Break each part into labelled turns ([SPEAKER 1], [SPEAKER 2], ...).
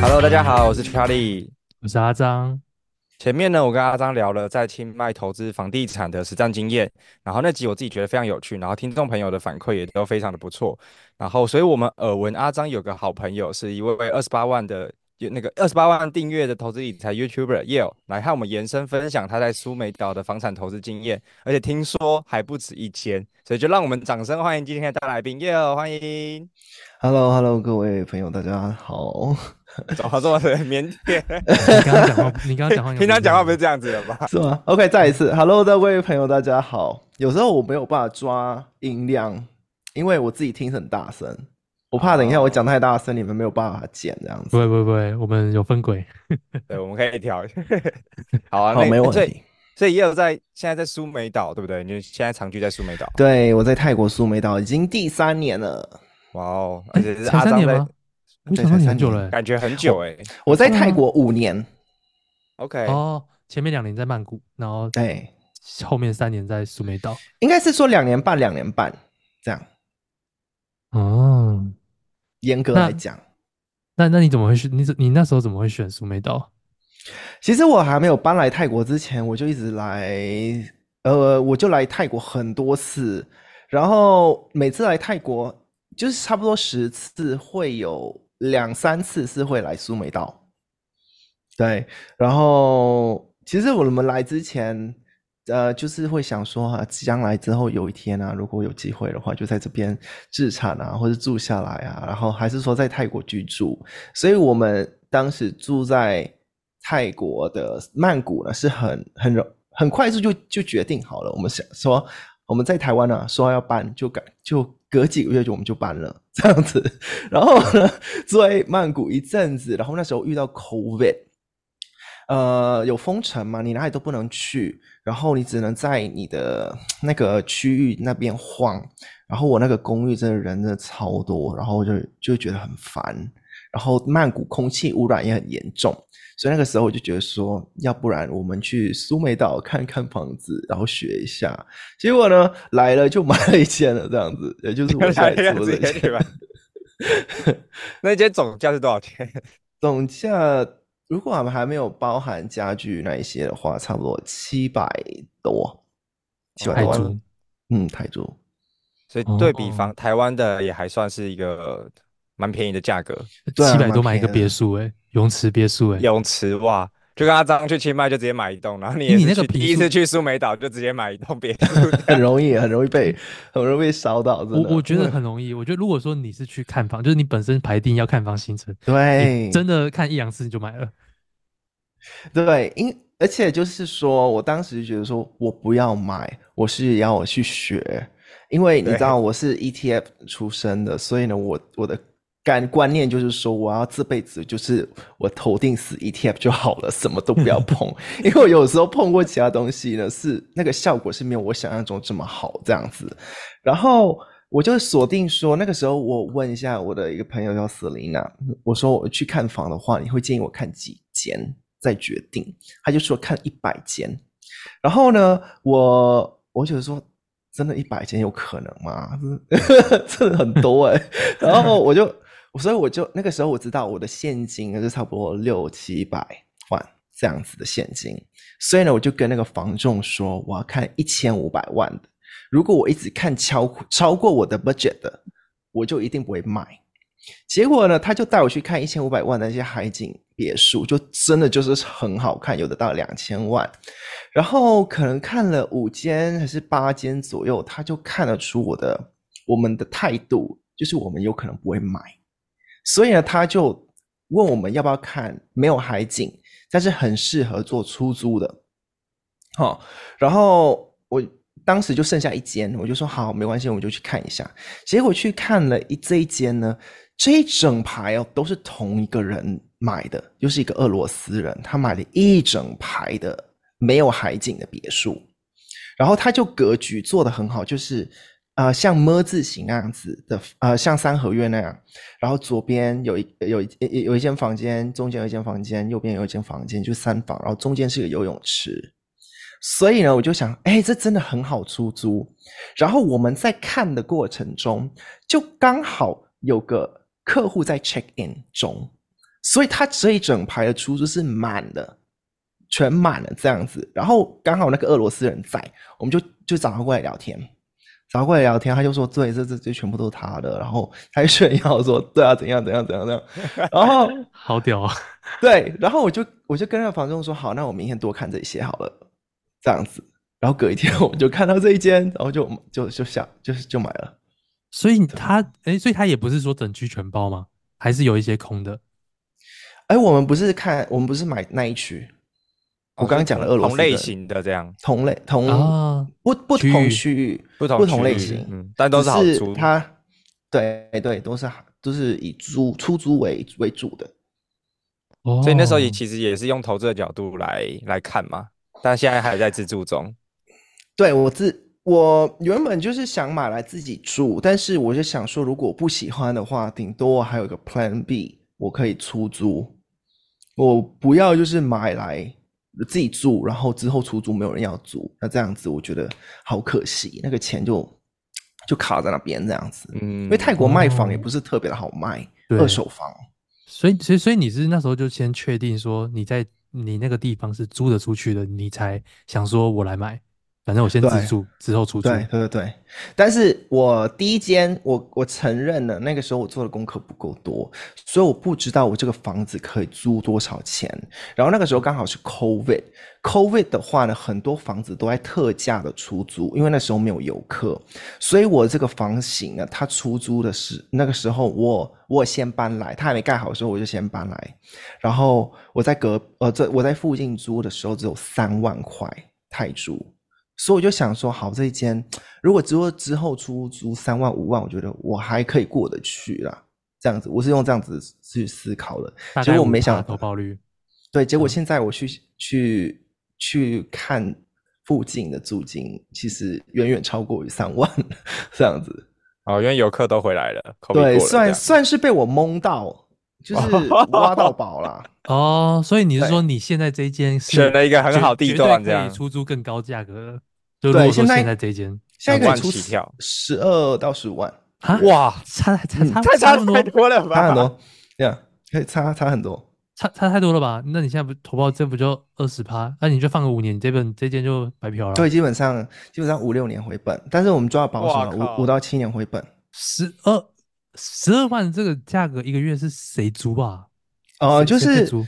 [SPEAKER 1] Hello，大家好，我是 Charlie。
[SPEAKER 2] 我是阿张，
[SPEAKER 1] 前面呢，我跟阿张聊了在清迈投资房地产的实战经验，然后那集我自己觉得非常有趣，然后听众朋友的反馈也都非常的不错，然后所以我们耳闻阿张有个好朋友是一位二十八万的那个二十八万订阅的投资理财 YouTuber Yale 来和我们延伸分享他在苏梅岛的房产投资经验，而且听说还不止一间，所以就让我们掌声欢迎今天的大来宾 Yale，欢迎。
[SPEAKER 3] h e l l o h e l l o 各位朋友，大家好。
[SPEAKER 1] 怎么 这么的腼腆？
[SPEAKER 2] 哎你刚刚讲话，你刚刚讲话有没 有，
[SPEAKER 1] 平常讲话不是这样子的吧？
[SPEAKER 3] 是吗？OK，再一次，Hello，各位朋友，大家好。有时候我没有办法抓音量，因为我自己听很大声，我怕等一下我讲太大声，你们没有办法剪这样
[SPEAKER 2] 不
[SPEAKER 3] 子。
[SPEAKER 2] 会不会不会，我们有分轨。
[SPEAKER 1] 对，我们可以调。 好啊，
[SPEAKER 3] 好，
[SPEAKER 1] 那
[SPEAKER 3] 没问
[SPEAKER 1] 所以
[SPEAKER 3] 题。
[SPEAKER 1] 所以也有在现在在苏梅岛，对不对？你现在长居在苏梅岛。
[SPEAKER 3] 对，我在泰国苏梅岛已经第三年了。
[SPEAKER 1] 哇哦，而
[SPEAKER 2] 哎
[SPEAKER 1] 且是
[SPEAKER 2] 才
[SPEAKER 1] 阿
[SPEAKER 2] 三
[SPEAKER 1] 张
[SPEAKER 2] 年
[SPEAKER 1] 在
[SPEAKER 2] 吗，？我想到你很久了欸。
[SPEAKER 1] 感觉很
[SPEAKER 3] 哦
[SPEAKER 1] 久哎。
[SPEAKER 3] 我在泰国五年。
[SPEAKER 1] OK，
[SPEAKER 2] 哦，前面两年在曼谷，然后
[SPEAKER 3] 对，
[SPEAKER 2] 后面三年在苏梅 岛。
[SPEAKER 3] 哎应该是说两年半，两年半这样。
[SPEAKER 2] 哦，
[SPEAKER 3] 严格
[SPEAKER 2] 那
[SPEAKER 3] 来讲，
[SPEAKER 2] 那那你怎么会选？你怎你那时候怎么会选苏梅岛？
[SPEAKER 3] 其实我还没有搬来泰国之前，我就一直来，呃，我就来泰国很多次，然后每次来泰国就是差不多十次，会有两三次是会来苏梅岛。对，然后其实我们来之前，呃，就是会想说啊，将来之后有一天啊，如果有机会的话，就在这边置产啊，或者住下来啊，然后还是说在泰国居住。所以我们当时住在泰国的曼谷呢，是很很容很快速就就决定好了。我们想说我们在台湾呢、啊说要搬就改就隔几个月就我们就搬了这样子。 然后呢，住在曼谷一阵子，然后那时候遇到 COVID，呃，有封城嘛，你哪里都不能去，然后你只能在你的那个区域那边晃。然后我那个公寓真的人真的超多，然后我就就觉得很烦。然后曼谷空气污染也很严重，所以那个时候我就觉得说，要不然我们去苏梅岛看看房子，然后学一下。结果呢，来了就买了一间了，这样子，也就是我
[SPEAKER 1] 来
[SPEAKER 3] 现
[SPEAKER 1] 了
[SPEAKER 3] 在
[SPEAKER 1] 就
[SPEAKER 3] 住
[SPEAKER 1] 直
[SPEAKER 3] 的
[SPEAKER 1] 接
[SPEAKER 3] 这
[SPEAKER 1] 去
[SPEAKER 3] 间。
[SPEAKER 1] 吧。那间总价是多少钱？
[SPEAKER 3] 总价如果我们还没有包含家具那一些的话，差不多七百多，七百
[SPEAKER 2] 泰
[SPEAKER 3] 多万，
[SPEAKER 2] 铢
[SPEAKER 3] 嗯，泰铢。
[SPEAKER 1] 所以对比
[SPEAKER 2] 哦
[SPEAKER 1] 方台湾的也还算是一个蛮便宜的价格。
[SPEAKER 3] 对啊
[SPEAKER 2] 七百
[SPEAKER 3] 蛮
[SPEAKER 2] 多买一个
[SPEAKER 3] 便宜的
[SPEAKER 2] 别墅哎，泳池别墅哎，
[SPEAKER 1] 泳池哇，就跟阿张去清迈就直接买一栋，然后你
[SPEAKER 2] 欸
[SPEAKER 1] 也
[SPEAKER 2] 你
[SPEAKER 1] 是
[SPEAKER 2] 那个
[SPEAKER 1] 去
[SPEAKER 2] 平
[SPEAKER 1] 第一次
[SPEAKER 2] 数
[SPEAKER 1] 去苏梅岛就直接买一栋 别墅。
[SPEAKER 3] 很容易，很容易被，很容易被烧到。真
[SPEAKER 2] 我
[SPEAKER 3] 的，
[SPEAKER 2] 我觉
[SPEAKER 3] 因
[SPEAKER 2] 得
[SPEAKER 3] 为
[SPEAKER 2] 很容易。我觉得如果说你是去看房，就是你本身排定要看房行程，
[SPEAKER 3] 对，
[SPEAKER 1] 嗯
[SPEAKER 2] 你真的看一两次你就买了。
[SPEAKER 3] 对，因而且就是说，我当时就觉得说我不要买，我是要我去学，因为你知
[SPEAKER 1] 对
[SPEAKER 3] 道我是 ETF 出身的，所以呢，我我的感观念就是说，我要这辈子就是我投定死 ETF 就好了，什么都不要碰，因为我有时候碰过其他东西呢，是那个效果是没有我想象中这么好这样子，然后。我就锁定说，那个时候我问一下我的一个朋友叫 Selina，我说我去看房的话，你会建议我看几间再决定？他就说看一百间，然后呢，我我就说真的，一百间有可能吗？真的 很多哎、然后我就，所以我就那个时候我知道我的现金呢是差不多六七百万这样子的现金，所以呢，我就跟那个房仲说我要看一千五百万的，如果我一直看超超过我的 budget 的，我就一定不会买。结果呢，他就带我去看一千五百万的那些海景别墅，就真的就是很好看，有的到两千万。然后可能看了五间还是八间左右，他就看得出我的我们的态度，就是我们有可能不会买。所以呢，他就问我们要不要看没有海景，但是很适合做出租的。好、然后我当时就剩下一间，我就说好，没关系，我们就去看一下。结果去看了一这一间呢，这一整排哦都是同一个人买的，又是一个俄罗斯人，他买了一整排的没有海景的别墅，然后他就格局做得很好，就是呃像么字形那样子的，呃像三合院那样，然后左边有一有一有一间房间，中间有一间房间，右边有一间房间，就三房，然后中间是个游泳池。所以呢，我就想，哎，这真的很好出租。然后我们在看的过程中，就刚好有个客户在 check in 中，所以他这一整排的出租是满的，全满了这样子。然后刚好那个俄罗斯人在，我们就就找他过来聊天，找他过来聊天，他就说对，这这这全部都是他的。然后他就炫耀说，对啊，怎样怎样怎样怎样。然后
[SPEAKER 2] 好屌啊！
[SPEAKER 3] 对，然后我就我就跟那个房东说，好，那我明天多看这些好了，这样子。然后隔一天 我们就看到这一间，然后就就就下就是就买了。
[SPEAKER 2] 所以他哎、所以他也不是说整区全包吗？还是有一些空的？
[SPEAKER 3] 哎，我们不是看，我们不是买那一区，我
[SPEAKER 1] 哦
[SPEAKER 3] 刚
[SPEAKER 1] 是
[SPEAKER 3] 刚讲了
[SPEAKER 1] 同
[SPEAKER 3] 俄罗
[SPEAKER 1] 同
[SPEAKER 3] 斯
[SPEAKER 1] 类
[SPEAKER 3] 的
[SPEAKER 1] 型的这样，
[SPEAKER 3] 同类同
[SPEAKER 2] 啊
[SPEAKER 3] 不不
[SPEAKER 2] 区
[SPEAKER 3] 同
[SPEAKER 2] 域
[SPEAKER 3] 区域
[SPEAKER 1] 不同区
[SPEAKER 3] 类
[SPEAKER 1] 域
[SPEAKER 3] 型，
[SPEAKER 1] 嗯但都
[SPEAKER 3] 只
[SPEAKER 1] 是
[SPEAKER 3] 是
[SPEAKER 1] 好租
[SPEAKER 3] 它对对都是好都是以租出租为为主的。
[SPEAKER 2] 哦，
[SPEAKER 1] 所以那时候也其实也是用投资的角度来来看嘛，但现在还在自住中。
[SPEAKER 3] 对我自我原本就是想买来自己住，但是我就想说，如果不喜欢的话，顶多我还有一个 Plan B，我可以出租。我不要就是买来自己住，然后之后出租没有人要租，那这样子我觉得好可惜，那个钱就就卡在那边这样子。
[SPEAKER 1] 嗯，
[SPEAKER 3] 因为泰国卖房也
[SPEAKER 2] 哦
[SPEAKER 3] 不是特别的好卖，
[SPEAKER 2] 对
[SPEAKER 3] 二手房。
[SPEAKER 2] 所以所以所以你是那时候就先确定说你在你那个地方是租得出去的，你才想说我来买，反正我先自
[SPEAKER 3] 对
[SPEAKER 2] 住之后出租。
[SPEAKER 3] 对对对对，但是我第一间，我我承认了，那个时候我做的功课不够多，所以我不知道我这个房子可以租多少钱。然后那个时候刚好是 COVID，COVID 的话呢，很多房子都在特价的出租，因为那时候没有游客，所以我这个房型呢，它出租的是那个时候我我先搬来，它还没盖好的时候我就先搬来，然后我在隔呃这我在附近租的时候只有三万块泰铢。所以我就想说，好，这一间如果之后之后出租三万五万，我觉得我还可以过得去啦。这样子，我是用这样子去思考的。
[SPEAKER 2] 大
[SPEAKER 3] 结
[SPEAKER 2] 概
[SPEAKER 3] 果我没
[SPEAKER 2] 5%
[SPEAKER 3] 想
[SPEAKER 2] 投报率，
[SPEAKER 3] 对，结果
[SPEAKER 2] 嗯
[SPEAKER 3] 现在我去、去去看附近的租金，其实远远超过于三万这样子。
[SPEAKER 1] 哦，因为游客都回来了，COVID 哦过
[SPEAKER 3] 对，
[SPEAKER 1] 了这
[SPEAKER 3] 算
[SPEAKER 1] 样
[SPEAKER 3] 算是被我蒙到，就是挖到宝啦。
[SPEAKER 2] 哦，所以你是
[SPEAKER 3] 对
[SPEAKER 2] 说你现在这一间是
[SPEAKER 1] 选了一个很
[SPEAKER 2] 绝
[SPEAKER 1] 好地
[SPEAKER 2] 绝对
[SPEAKER 1] 段这
[SPEAKER 2] 可以
[SPEAKER 1] 样
[SPEAKER 2] 出租更高价格了？就如
[SPEAKER 3] 对
[SPEAKER 2] 果说
[SPEAKER 3] 现在
[SPEAKER 2] 现在这一间
[SPEAKER 3] 现在可以
[SPEAKER 1] 两
[SPEAKER 3] 出
[SPEAKER 1] 万起跳
[SPEAKER 3] 十二到十五万，
[SPEAKER 2] 啊，
[SPEAKER 1] 哇，
[SPEAKER 2] 差差差
[SPEAKER 1] 太差
[SPEAKER 2] 差那么
[SPEAKER 1] 太
[SPEAKER 2] 多
[SPEAKER 1] 多了吧？
[SPEAKER 3] 嗯差很多，这样可以差差很多。
[SPEAKER 2] 差差太多了吧？那你现在不投报这不就二十趴？那你就放个五年，你这本这间就白
[SPEAKER 1] 啊
[SPEAKER 2] 嫖了。
[SPEAKER 3] 对，，基本上基本上五六年回本，但是我们抓保守
[SPEAKER 1] 哇
[SPEAKER 3] 了，
[SPEAKER 1] 靠
[SPEAKER 3] 五五到七年回本。
[SPEAKER 2] 十二十二万这个价格一个月是谁租啊？
[SPEAKER 3] 呃，
[SPEAKER 2] 谁
[SPEAKER 3] 就
[SPEAKER 2] 谁会
[SPEAKER 3] 是
[SPEAKER 2] 租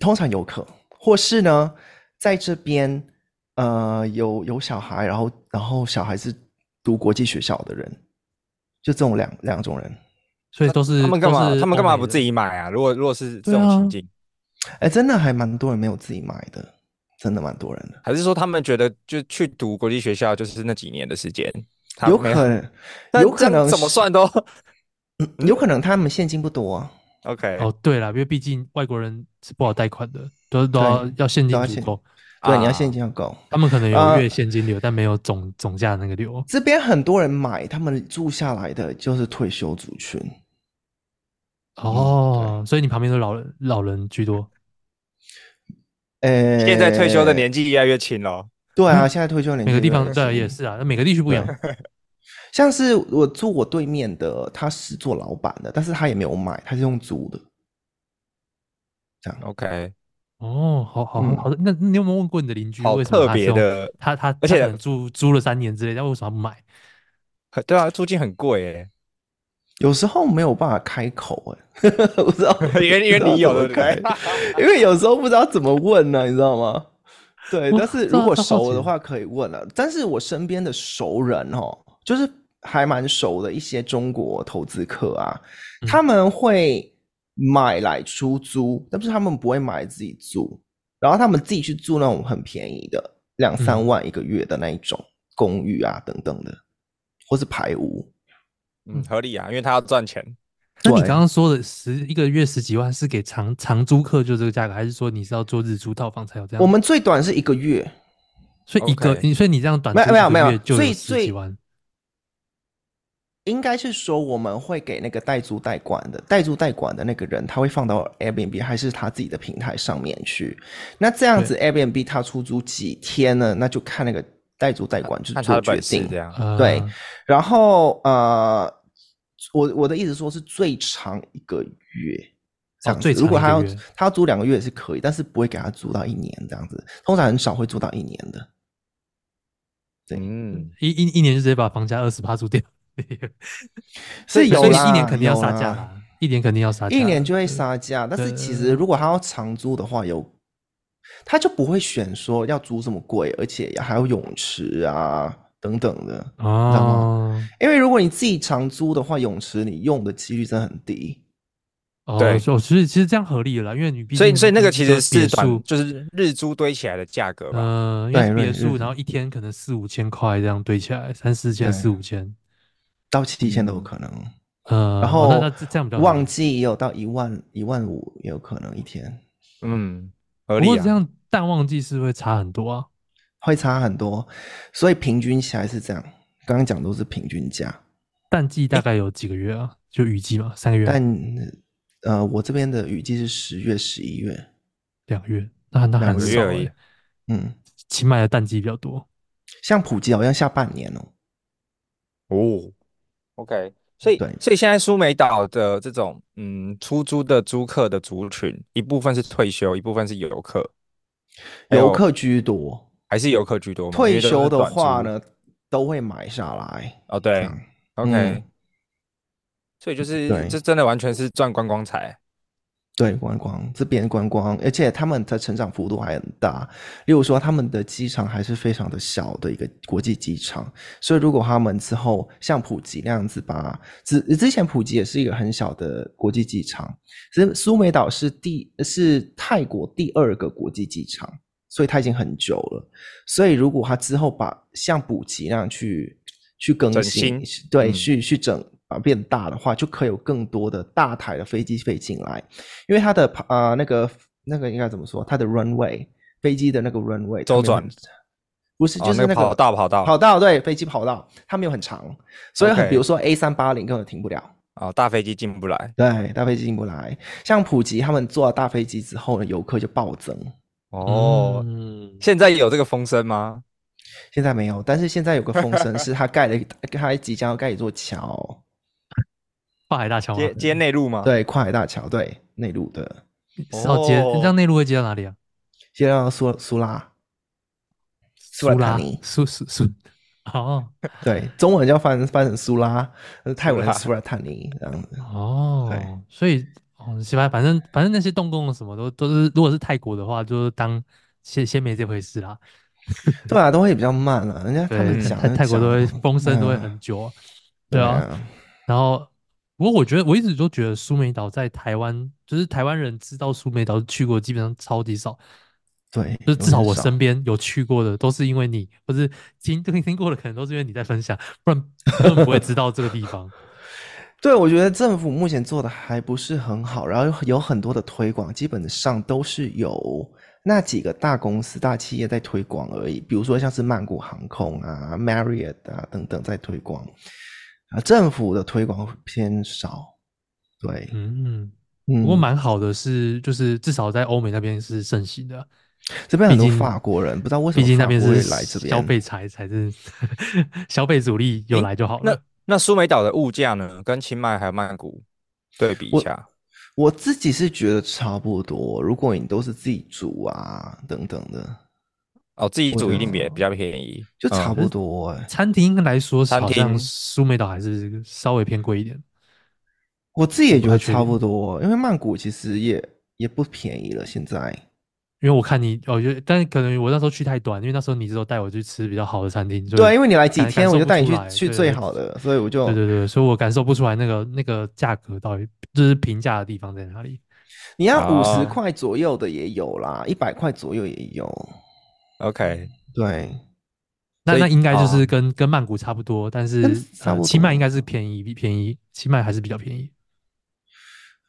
[SPEAKER 3] 通常游客，或是呢，在这边呃有有小孩，然后然后小孩是读国际学校的人，就这种两两种人。
[SPEAKER 2] 所以都是
[SPEAKER 1] 他们干
[SPEAKER 2] 都
[SPEAKER 1] 嘛？
[SPEAKER 2] 是
[SPEAKER 1] 他们干
[SPEAKER 2] 欧
[SPEAKER 1] 嘛
[SPEAKER 2] 美
[SPEAKER 1] 不
[SPEAKER 2] 的
[SPEAKER 1] 自己买啊？如果如果是这
[SPEAKER 2] 对
[SPEAKER 1] 种
[SPEAKER 2] 啊
[SPEAKER 1] 情境，
[SPEAKER 3] 哎，真的还蛮多人没有自己买的，真的蛮多人的。
[SPEAKER 1] 还是说他们觉得就去读国际学校就是那几年的时间？他
[SPEAKER 3] 有
[SPEAKER 1] 没
[SPEAKER 3] 可能，
[SPEAKER 1] 但
[SPEAKER 3] 有可
[SPEAKER 1] 这样
[SPEAKER 3] 能
[SPEAKER 1] 怎么
[SPEAKER 3] 是
[SPEAKER 1] 算都
[SPEAKER 3] 嗯有可能他们现金不多啊。
[SPEAKER 1] OK。
[SPEAKER 2] 哦，对啦，因为毕竟外国人是不好贷款的，都是都要
[SPEAKER 3] 对
[SPEAKER 2] 要现
[SPEAKER 3] 都要
[SPEAKER 2] 金足
[SPEAKER 3] 现
[SPEAKER 2] 够。
[SPEAKER 3] 对，你要
[SPEAKER 1] 啊
[SPEAKER 3] 现金要够。
[SPEAKER 2] 他们可能有
[SPEAKER 1] 呃
[SPEAKER 3] 啊
[SPEAKER 2] 月现金流，但没有总总价那个流。
[SPEAKER 3] 这边很多人买，他们住下来的就是退休族群。
[SPEAKER 1] 嗯
[SPEAKER 2] 哦，所以你旁边都是老人老人居多。
[SPEAKER 3] 呃，
[SPEAKER 1] 现在退休的年纪越来越轻了，哦
[SPEAKER 3] 对啊，
[SPEAKER 2] 嗯
[SPEAKER 3] 现在退休年纪
[SPEAKER 2] 每个地方
[SPEAKER 3] 越来
[SPEAKER 2] 对
[SPEAKER 3] 越
[SPEAKER 2] 也是啊，那每个地区不一样。
[SPEAKER 3] 像是我住我对面的，他是做老板的，但是他也没有买，他是用租的。这样
[SPEAKER 1] OK，
[SPEAKER 2] 哦，好好
[SPEAKER 3] 嗯
[SPEAKER 2] 好的，那那你有没有问过你的邻居
[SPEAKER 1] 好
[SPEAKER 2] 为什么
[SPEAKER 1] 特
[SPEAKER 2] 他是
[SPEAKER 1] 别
[SPEAKER 2] 用
[SPEAKER 1] 的，
[SPEAKER 2] 他他他
[SPEAKER 1] 而且
[SPEAKER 2] 可能租租了三年之类，但为什么他不买？
[SPEAKER 1] 很对啊，租金很贵诶。
[SPEAKER 3] 有时候没有办法开口哎、 欸，不知道
[SPEAKER 1] 因为因为你有对
[SPEAKER 3] 不知
[SPEAKER 1] 不
[SPEAKER 3] 道
[SPEAKER 1] 对
[SPEAKER 3] 怎么？开，因为有时候不知道怎么问呢、你知道吗？对，
[SPEAKER 2] 哇
[SPEAKER 3] 但是
[SPEAKER 2] 这
[SPEAKER 3] 如果
[SPEAKER 2] 这好
[SPEAKER 3] 熟
[SPEAKER 2] 奇
[SPEAKER 3] 的话可以问了、但是我身边的熟人哦，就是还蛮熟的一些中国投资客啊，
[SPEAKER 2] 嗯
[SPEAKER 3] 他们会买来出租，但是他们不会买自己住，然后他们自己去住那种很便宜的两
[SPEAKER 2] 嗯
[SPEAKER 3] 三万一个月的那一种公寓啊等等的，或是排屋。
[SPEAKER 1] 嗯，合理啊，因为他要赚钱。
[SPEAKER 2] 那你
[SPEAKER 3] 对
[SPEAKER 2] 刚刚说的十一个月十几万是给长长租客就这个价格，还是说你是要做日租套房才有这样？
[SPEAKER 3] 我们最短是一个月，
[SPEAKER 2] 所以一个
[SPEAKER 1] OK
[SPEAKER 2] 你所以你这样短
[SPEAKER 3] 没有
[SPEAKER 2] 租
[SPEAKER 3] 没有
[SPEAKER 2] 一个
[SPEAKER 3] 没有
[SPEAKER 2] 月就
[SPEAKER 3] 最
[SPEAKER 2] 有十
[SPEAKER 3] 最
[SPEAKER 2] 几万，
[SPEAKER 3] 应该是说我们会给那个代租代管的，代租代管的那个人，他会放到 Airbnb 还是他自己的平台上面去。那这样子 Airbnb 他出租几天呢？那就看那个代租代管去
[SPEAKER 1] 看他
[SPEAKER 3] 做
[SPEAKER 1] 的
[SPEAKER 3] 决
[SPEAKER 1] 本事
[SPEAKER 3] 定啊
[SPEAKER 1] 这。样。
[SPEAKER 2] 呃
[SPEAKER 3] 对然后呃，我我的意思说是最长一个月。这样子
[SPEAKER 2] 哦最
[SPEAKER 3] 如果
[SPEAKER 2] 长一
[SPEAKER 3] 他要
[SPEAKER 2] 个月
[SPEAKER 3] 他要租两个月也是可以，但是不会给他租到一年这样子，通常很少会租到一年的。对
[SPEAKER 1] 嗯，
[SPEAKER 2] 一一一年就直接把房价二十趴 租掉，
[SPEAKER 3] 是有
[SPEAKER 2] 所以
[SPEAKER 3] 啦
[SPEAKER 2] 一年肯定要
[SPEAKER 3] 有
[SPEAKER 2] 杀价
[SPEAKER 3] 啦
[SPEAKER 2] 啦，一年肯定要杀价，
[SPEAKER 3] 一年就会
[SPEAKER 2] 对
[SPEAKER 3] 杀价。但是其
[SPEAKER 2] 对
[SPEAKER 3] 实如果他要长租的话，有他就不会选说要租这么贵，而且还有泳池啊等等的。道
[SPEAKER 2] 哦
[SPEAKER 3] 吗因为如果你自己长租的话，泳池你用的几率真的很低。
[SPEAKER 2] 哦，
[SPEAKER 1] 对
[SPEAKER 2] 所以其实其实这样合理了啦，因为你毕
[SPEAKER 1] 所以
[SPEAKER 2] 竟
[SPEAKER 1] 所以那个
[SPEAKER 2] 毕
[SPEAKER 1] 其
[SPEAKER 2] 竟
[SPEAKER 1] 实
[SPEAKER 2] 别
[SPEAKER 1] 是短
[SPEAKER 2] 墅，
[SPEAKER 1] 就是日租堆起来的价格吧。
[SPEAKER 2] 呃，因为
[SPEAKER 3] 对
[SPEAKER 2] 是
[SPEAKER 3] 对
[SPEAKER 2] 别墅，
[SPEAKER 3] 对
[SPEAKER 2] 然后一天可能四五千块这样堆起来，三四千
[SPEAKER 3] 对
[SPEAKER 2] 四五千，
[SPEAKER 3] 到七千都有可能，
[SPEAKER 2] 呃，哦
[SPEAKER 3] 然后
[SPEAKER 2] 那那这这样比较
[SPEAKER 3] 旺
[SPEAKER 2] 难
[SPEAKER 3] 季也有到一万一万五也有可能一天，
[SPEAKER 1] 嗯，合
[SPEAKER 2] 不过
[SPEAKER 1] 理
[SPEAKER 2] 这
[SPEAKER 1] 啊。
[SPEAKER 2] 样淡旺季是不是会差很多啊？
[SPEAKER 3] 会差很多，所以平均起来是这样。刚刚讲都是平均价，
[SPEAKER 2] 淡季大概有几个月啊？就雨季嘛，三个月、
[SPEAKER 3] 但呃，我这边的雨季是十月、十一月，
[SPEAKER 2] 两个月，那那
[SPEAKER 3] 两
[SPEAKER 2] 很
[SPEAKER 3] 个
[SPEAKER 1] 月
[SPEAKER 2] 少
[SPEAKER 1] 而
[SPEAKER 2] 欸
[SPEAKER 1] 已
[SPEAKER 3] 嗯，
[SPEAKER 2] 清迈的淡季比较多。
[SPEAKER 3] 像普吉好像下半年哦、
[SPEAKER 1] 哦，OK，所以
[SPEAKER 3] 对
[SPEAKER 1] 所以现在苏梅岛的这种嗯出租的租客的族群，一部分是退休，一部分是游客，还有
[SPEAKER 3] 游客居多，
[SPEAKER 1] 还是游客居多吗？因为
[SPEAKER 3] 退
[SPEAKER 1] 都是
[SPEAKER 3] 休的
[SPEAKER 1] 短租
[SPEAKER 3] 话，呢，都会买下来。
[SPEAKER 1] 哦
[SPEAKER 3] 这
[SPEAKER 1] 对
[SPEAKER 3] 样
[SPEAKER 1] ，OK，
[SPEAKER 3] 嗯
[SPEAKER 1] 所以就是
[SPEAKER 3] 对
[SPEAKER 1] 这真的完全是赚观光财。
[SPEAKER 3] 对，观光这边观光，而且他们的成长幅度还很大。例如说，他们的机场还是非常的小的一个国际机场，所以如果他们之后像普吉那样子吧，之之前普吉也是一个很小的国际机场，其实苏梅岛是第是泰国第二个国际机场，所以它已经很久了。所以如果他之后把像普吉那样去去更
[SPEAKER 1] 整
[SPEAKER 3] 新，
[SPEAKER 1] 嗯
[SPEAKER 3] 对，去去整把它变大的话，就可以有更多的大台的飞机飞进来。因为它的啊、呃那个那个应该怎么说？它的 runway 飞机的那个 runway 它
[SPEAKER 1] 周
[SPEAKER 3] 没有
[SPEAKER 1] 转
[SPEAKER 3] 很不是
[SPEAKER 1] 哦
[SPEAKER 3] 就是
[SPEAKER 1] 那个
[SPEAKER 3] 那个
[SPEAKER 1] 跑道跑道
[SPEAKER 3] 跑道对飞机跑道，它没有很长，所以很
[SPEAKER 1] OK
[SPEAKER 3] 比如说 A 三八零根本停不了。
[SPEAKER 1] 哦，大飞机进不来
[SPEAKER 3] 对，大飞机进不来。像普吉他们坐了大飞机之后呢，游客就暴增。
[SPEAKER 1] 哦。
[SPEAKER 2] 嗯，
[SPEAKER 1] 现在有这个风声吗？
[SPEAKER 3] 现在没有，但是现在有个 风声是它盖了一，它即将要盖一座桥，
[SPEAKER 2] 跨海大桥吗？
[SPEAKER 1] 接接内陆吗？，
[SPEAKER 3] 对，跨海大桥，对，内陆的，
[SPEAKER 2] 是要接，
[SPEAKER 1] 哦
[SPEAKER 2] 这样内陆会接到哪里啊？
[SPEAKER 3] 接到苏苏拉，
[SPEAKER 2] 苏
[SPEAKER 3] 苏兰
[SPEAKER 2] 拉
[SPEAKER 3] 卡尼，
[SPEAKER 2] 苏苏 苏，哦
[SPEAKER 3] 对，中文叫翻翻成苏拉，呃泰文
[SPEAKER 1] 苏拉
[SPEAKER 3] 是苏拉坦尼这样子。
[SPEAKER 2] 哦，所以哦，西班反正反正那些动工的什么都都是，如果是泰国的话，就是当先先没这回事啦。
[SPEAKER 3] 对啊，都会比较慢了、人家他
[SPEAKER 2] 对
[SPEAKER 3] 们，讲
[SPEAKER 2] 泰泰国都会风声都会。
[SPEAKER 3] 讲嗯
[SPEAKER 2] 很久啊，
[SPEAKER 3] 对
[SPEAKER 2] 对啊。，然后，不过我觉得我一直都觉得苏梅岛在台湾，就是台湾人知道苏梅岛去过，基本上超级少。
[SPEAKER 3] 对，
[SPEAKER 2] 就是至少我
[SPEAKER 3] 身
[SPEAKER 2] 身边有去过的，都是因为你，或是听听听过的，可能都是因为你在分享，不然根本不会知道这个地方。
[SPEAKER 3] 对，我觉得政府目前做的还不是很好，然后有很多的推广，基本上都是由那几个大公司、大企业在推广而已。比如说像是曼谷航空啊、Marriott 啊等等在推广，啊，政府的推广偏少。对，
[SPEAKER 2] 嗯，
[SPEAKER 3] 嗯，
[SPEAKER 2] 不过蛮好的是，就是至少在欧美那边是盛行的，
[SPEAKER 3] 这边很
[SPEAKER 2] 毕
[SPEAKER 3] 多
[SPEAKER 2] 竟
[SPEAKER 3] 法国人，不知道为什
[SPEAKER 2] 毕
[SPEAKER 3] 么
[SPEAKER 2] 竟那
[SPEAKER 3] 法
[SPEAKER 2] 边
[SPEAKER 3] 国
[SPEAKER 2] 是
[SPEAKER 3] 会来这边
[SPEAKER 2] 消费财才是消费主力有
[SPEAKER 1] 诶
[SPEAKER 2] 来就好
[SPEAKER 1] 那
[SPEAKER 2] 了。
[SPEAKER 1] 那苏梅岛的物价呢？跟清迈还有曼谷对比一
[SPEAKER 3] 我
[SPEAKER 1] 下，
[SPEAKER 3] 我自己是觉得差不多，如果你都是自己煮啊等等的，
[SPEAKER 1] 哦，自己
[SPEAKER 3] 我
[SPEAKER 1] 煮
[SPEAKER 3] 觉
[SPEAKER 1] 一
[SPEAKER 3] 得
[SPEAKER 1] 定比比较便宜，
[SPEAKER 3] 就
[SPEAKER 1] 嗯
[SPEAKER 2] 啊
[SPEAKER 3] 差不多哎、
[SPEAKER 2] 餐厅来说，
[SPEAKER 1] 餐
[SPEAKER 2] 好像
[SPEAKER 1] 厅
[SPEAKER 2] 苏梅岛还是稍微偏贵一点。
[SPEAKER 3] 我自己也觉
[SPEAKER 2] 我不太
[SPEAKER 3] 得
[SPEAKER 2] 确定
[SPEAKER 3] 差不多，哦因为曼谷其实也也不便宜了，现在。
[SPEAKER 2] 因为我看你，哦，就但可能我那时候去太短，因为那时候你只有带我去吃比较好的餐厅，所以
[SPEAKER 3] 对啊，因为你来几
[SPEAKER 2] 感感
[SPEAKER 3] 天，我
[SPEAKER 2] 受
[SPEAKER 3] 就
[SPEAKER 2] 不
[SPEAKER 3] 带你
[SPEAKER 2] 出
[SPEAKER 3] 去
[SPEAKER 2] 来
[SPEAKER 3] 去
[SPEAKER 2] 对
[SPEAKER 3] 最
[SPEAKER 2] 对
[SPEAKER 3] 好的，所以我就
[SPEAKER 2] 对对对，所以我感受不出来那个那个价格到底就是平价的地方在哪里。
[SPEAKER 3] 你要
[SPEAKER 2] 啊
[SPEAKER 3] 五
[SPEAKER 1] 哦
[SPEAKER 3] 十块左右的也有啦，一百块左右也有。
[SPEAKER 1] OK，
[SPEAKER 3] 对，
[SPEAKER 2] 那
[SPEAKER 1] 所以
[SPEAKER 2] 那应该就
[SPEAKER 1] 哦
[SPEAKER 2] 是跟、跟曼谷差不多，但是
[SPEAKER 3] 跟差
[SPEAKER 2] 呃
[SPEAKER 3] 不
[SPEAKER 2] 清
[SPEAKER 3] 多
[SPEAKER 2] 迈应该是便宜，比便宜，清迈还是比较便宜。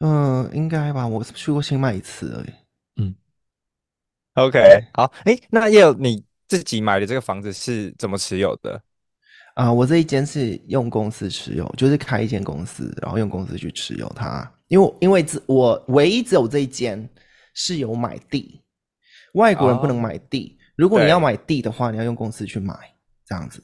[SPEAKER 3] 嗯，应该吧，我去过清迈一次而已。
[SPEAKER 1] OK，好，诶，那也有你自己买的这个房子是怎么持有的？
[SPEAKER 3] 啊、我这一间是用公司持有，就是开一间公司，然后用公司去持有它。因为我因为只我唯一只有这一间是有买地，外国人不能
[SPEAKER 1] 哦
[SPEAKER 3] 买地。如果你
[SPEAKER 1] 对
[SPEAKER 3] 要买地的话，你要用公司去买，这样子。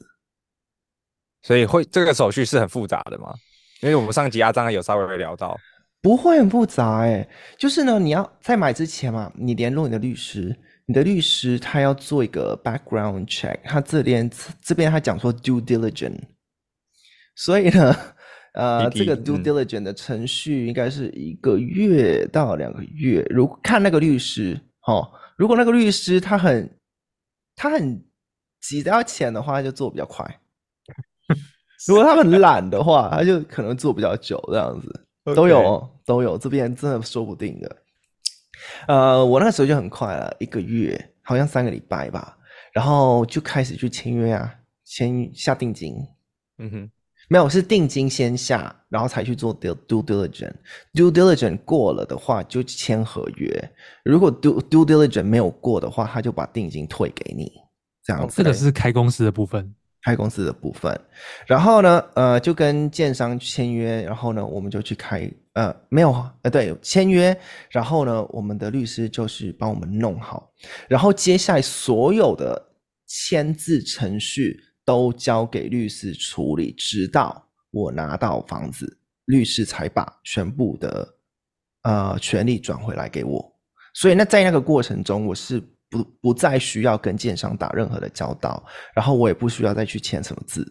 [SPEAKER 1] 所以会这个手续是很复杂的吗？因为我们上集阿张有稍微聊到，
[SPEAKER 3] 不会很复杂哎、就是呢，你要在买之前嘛，你联络你的律师，你的律师他要做一个 background check，他这边这边他讲说 due diligence，所以呢，呃，
[SPEAKER 1] 滴
[SPEAKER 3] 这
[SPEAKER 1] 滴
[SPEAKER 3] 个 due
[SPEAKER 1] 嗯
[SPEAKER 3] diligence 的程序应该是一个月到两个月，如看那个律师，哦，如果那个律师他很他很急着要钱的话，他就做比较快。如果他很懒的话，他就可能做比较久这样子。都有
[SPEAKER 1] OK
[SPEAKER 3] 哦都有，这边真的说不定的。呃，我那时候就很快了，一个月好像三个礼拜吧，然后就开始去签约啊，先下定金。
[SPEAKER 1] 嗯哼，
[SPEAKER 3] 没有，是定金先下，然后才去做 due due diligence。due diligence 过了的话，就签合约；如果 due due diligence 没有过的话，他就把定金退给你。这样子
[SPEAKER 2] 哦这个
[SPEAKER 1] OK
[SPEAKER 2] 是开公司的部分，
[SPEAKER 3] 开公司的部分。然后呢，呃，就跟建商签约，然后呢，我们就去开，呃，没有，呃，对，签约，然后呢，我们的律师就是帮我们弄好，然后接下来所有的签字程序都交给律师处理，直到我拿到房子，律师才把全部的呃权利转回来给我。所以那在那个过程中，我是不不再需要跟建商打任何的交道，然后我也不需要再去签什么字。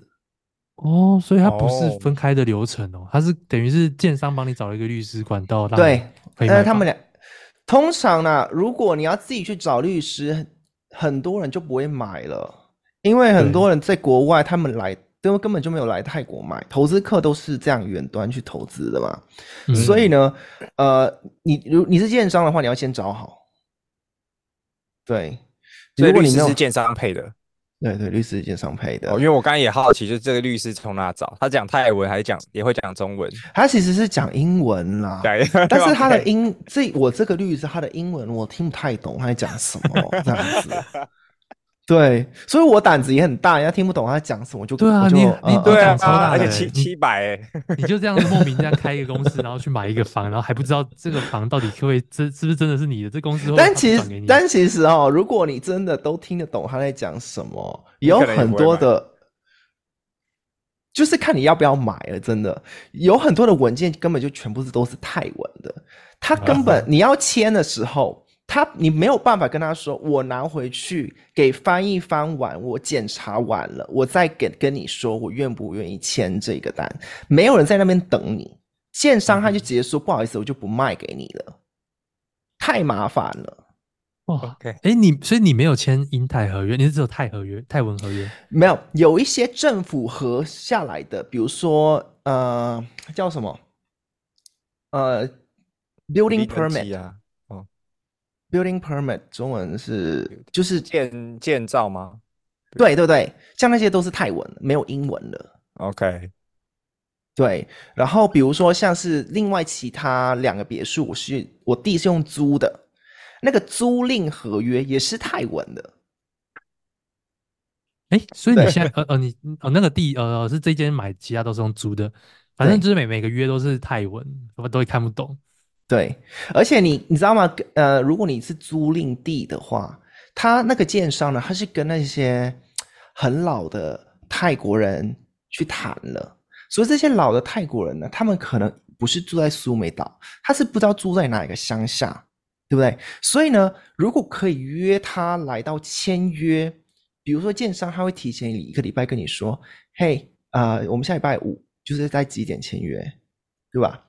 [SPEAKER 2] 哦，所以它不是
[SPEAKER 1] 哦
[SPEAKER 2] 分开的流程哦，它是等于是建商帮你找了一个律师管道，让
[SPEAKER 3] 对
[SPEAKER 2] 你可以
[SPEAKER 3] 但
[SPEAKER 2] 卖
[SPEAKER 3] 是他
[SPEAKER 2] 房
[SPEAKER 3] 们俩通常呢，如果你要自己去找律师，很多人就不会买了，因为很
[SPEAKER 2] 对
[SPEAKER 3] 多人在国外，他们来都根本就没有来泰国买，投资客都是这样远端去投资的嘛。
[SPEAKER 2] 嗯
[SPEAKER 3] 所以呢，呃，你如你是建商的话，你要先找好。对，
[SPEAKER 1] 所以
[SPEAKER 3] 如果
[SPEAKER 1] 律
[SPEAKER 3] 你没
[SPEAKER 1] 师
[SPEAKER 3] 有
[SPEAKER 1] 是建商配的
[SPEAKER 3] 对对，律师是建商配的，
[SPEAKER 1] 哦，因为我刚刚也好奇，就是这个律师从哪找？他讲泰文还是讲也会讲中文？
[SPEAKER 3] 他其实是讲英文 啦，
[SPEAKER 1] 对，
[SPEAKER 3] 啊 但是他的
[SPEAKER 1] OK
[SPEAKER 3] 英，这我这个律师他的英文我听不太懂，他在讲什么 这样子。对，所以我胆子也很大，人家听不懂他讲什么我就
[SPEAKER 2] 对啊
[SPEAKER 3] 我就
[SPEAKER 2] 你
[SPEAKER 3] 嗯
[SPEAKER 2] 你
[SPEAKER 3] 嗯
[SPEAKER 1] 对啊
[SPEAKER 2] 我胆超大，
[SPEAKER 1] 而
[SPEAKER 2] 的
[SPEAKER 1] 且
[SPEAKER 2] 欸
[SPEAKER 1] 七
[SPEAKER 2] 你
[SPEAKER 1] 七百哎，
[SPEAKER 2] 你就这样子莫名这样开一个公司，然后去买一个房，然后还不知道这个房到底可不可以真是不是真的是你的，这公司会不会
[SPEAKER 3] 呃但
[SPEAKER 2] 把它
[SPEAKER 3] 其
[SPEAKER 2] 转给
[SPEAKER 3] 实
[SPEAKER 2] 你，
[SPEAKER 3] 但其实哦，如果你真的都听得懂他在讲什么，有
[SPEAKER 1] 可能也
[SPEAKER 3] 很
[SPEAKER 1] 不会
[SPEAKER 3] 多
[SPEAKER 1] 买
[SPEAKER 3] 的，就是看你要不要买了。真的有很多的文件根本就全部是都是泰文的，他根
[SPEAKER 1] 啊
[SPEAKER 3] 本你要签的时候，他你没有办法跟他说，我拿回去给翻译翻完，我检查完了，我再给跟你说我愿不愿意签这个单。没有人在那边等你，建商
[SPEAKER 1] 嗯
[SPEAKER 3] 他就直接说、不好意思，我就不卖给你了，太麻烦了。
[SPEAKER 2] 哇，
[SPEAKER 1] OK
[SPEAKER 2] 哎，你所以你没有签英泰合约，你是只有泰合约、泰文合约，
[SPEAKER 3] 没有，有一些政府核下来的，比如说呃，叫什么？呃，building
[SPEAKER 1] 离登记
[SPEAKER 3] permit，building
[SPEAKER 1] 啊，
[SPEAKER 3] permit，中文是就是
[SPEAKER 1] 建建造吗
[SPEAKER 3] 对对对，像那些都是泰文，没有英文的。
[SPEAKER 1] ？OK，
[SPEAKER 3] 对，然后比如说像是另外其他两个别墅，我是我弟是用租的，那个租赁合约也是泰文的。
[SPEAKER 2] 哎，所以你
[SPEAKER 3] 对
[SPEAKER 2] 现在呃呃你哦那个地呃是这间买，其他都是用租的，反正
[SPEAKER 3] 对
[SPEAKER 2] 就是每每个约都是泰文，我都会看不懂。
[SPEAKER 3] 对，而且你你知道吗？呃，如果你是租赁地的话，他那个建商呢，他是跟那些很老的泰国人去谈了，所以这些老的泰国人呢，他们可能不是住在苏梅岛，他是不知道住在哪一个乡下，对不对？所以呢，如果可以约他来到签约，比如说建商他会提前一个礼拜跟你呃说，嘿，啊、我们下礼拜五就是在几点签约，对吧？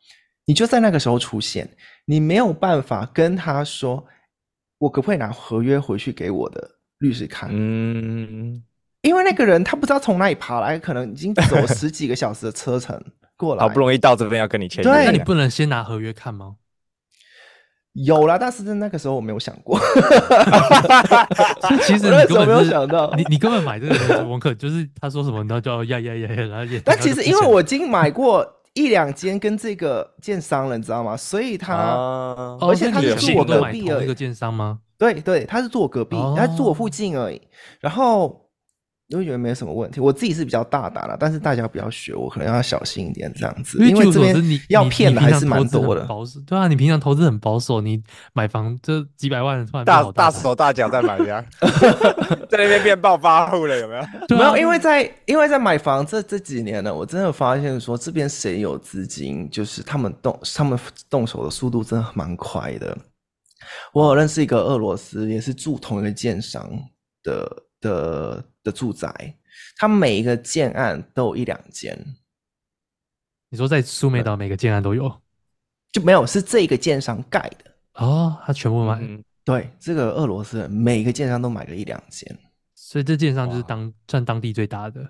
[SPEAKER 3] 你就在那个时候出现，你没有办法跟他说，我可不可以拿合约回去给我的律师看？
[SPEAKER 1] 嗯，
[SPEAKER 3] 因为那个人他不知道从哪里爬来，可能已经走十几个小时的车程过来，
[SPEAKER 1] 好不容易到这边要跟你签约，
[SPEAKER 3] 对
[SPEAKER 2] 那你不能先拿合约看吗？
[SPEAKER 3] 有啦，但是那个时候我没有想 过，
[SPEAKER 2] 所以其实
[SPEAKER 3] 我那
[SPEAKER 2] 你
[SPEAKER 3] 时候
[SPEAKER 2] 根
[SPEAKER 3] 没有
[SPEAKER 2] 本是
[SPEAKER 3] 想到
[SPEAKER 2] 你你根本买这个东西，文克就是他说什么，然后就要呀呀呀呀，然后也
[SPEAKER 3] 但其实因为我已经买过一两间跟这个建商了，你知道吗？所以他、
[SPEAKER 1] 啊，
[SPEAKER 2] 哦
[SPEAKER 3] 而
[SPEAKER 2] 所
[SPEAKER 3] 且
[SPEAKER 2] 以
[SPEAKER 3] 他
[SPEAKER 2] 你
[SPEAKER 3] 是
[SPEAKER 2] 全
[SPEAKER 3] 住
[SPEAKER 2] 部
[SPEAKER 3] 我
[SPEAKER 2] 都
[SPEAKER 3] 隔
[SPEAKER 2] 买
[SPEAKER 3] 壁
[SPEAKER 2] 同
[SPEAKER 3] 而
[SPEAKER 2] 一
[SPEAKER 3] 已
[SPEAKER 2] 个建商吗？
[SPEAKER 3] 对对，他是住我隔壁，他住我附
[SPEAKER 2] 哦
[SPEAKER 3] 近而已。然后我就觉得没有什么问题，我自己是比较大胆了，但是大家不要学我，可能要小心一点这样子，因
[SPEAKER 2] 据
[SPEAKER 3] 为
[SPEAKER 2] 我
[SPEAKER 3] 这
[SPEAKER 2] 所
[SPEAKER 3] 边
[SPEAKER 2] 知，你
[SPEAKER 3] 要
[SPEAKER 2] 你
[SPEAKER 3] 骗
[SPEAKER 2] 你
[SPEAKER 3] 的
[SPEAKER 2] 平
[SPEAKER 3] 还
[SPEAKER 2] 常
[SPEAKER 3] 是
[SPEAKER 2] 投
[SPEAKER 3] 蛮
[SPEAKER 2] 资很
[SPEAKER 3] 多的。
[SPEAKER 2] 保守，对啊，你平常投资很保守，你买房这几百万突然变
[SPEAKER 1] 大
[SPEAKER 2] 好
[SPEAKER 1] 大
[SPEAKER 2] 胆
[SPEAKER 1] 手大脚在买 家，在那边变暴发户了，有没有？
[SPEAKER 2] 对
[SPEAKER 3] 没
[SPEAKER 2] 啊
[SPEAKER 3] 有，因为在因为在买房这这几年呢，我真的发现说这边谁有资金，就是他们动他们动手的速度真的蛮快的。我有认识一个俄罗斯，也是住同一个建商的的的住宅，他每一个建案都有一两间，
[SPEAKER 2] 你说在苏梅岛每个建案都有
[SPEAKER 3] 就没有是这个建商盖的。
[SPEAKER 2] 哦，他全部买，
[SPEAKER 1] 嗯
[SPEAKER 3] 对，这个俄罗斯人每个建商都买了一两间。
[SPEAKER 2] 所以这建商就是
[SPEAKER 1] 哇
[SPEAKER 2] 当占当地最大的。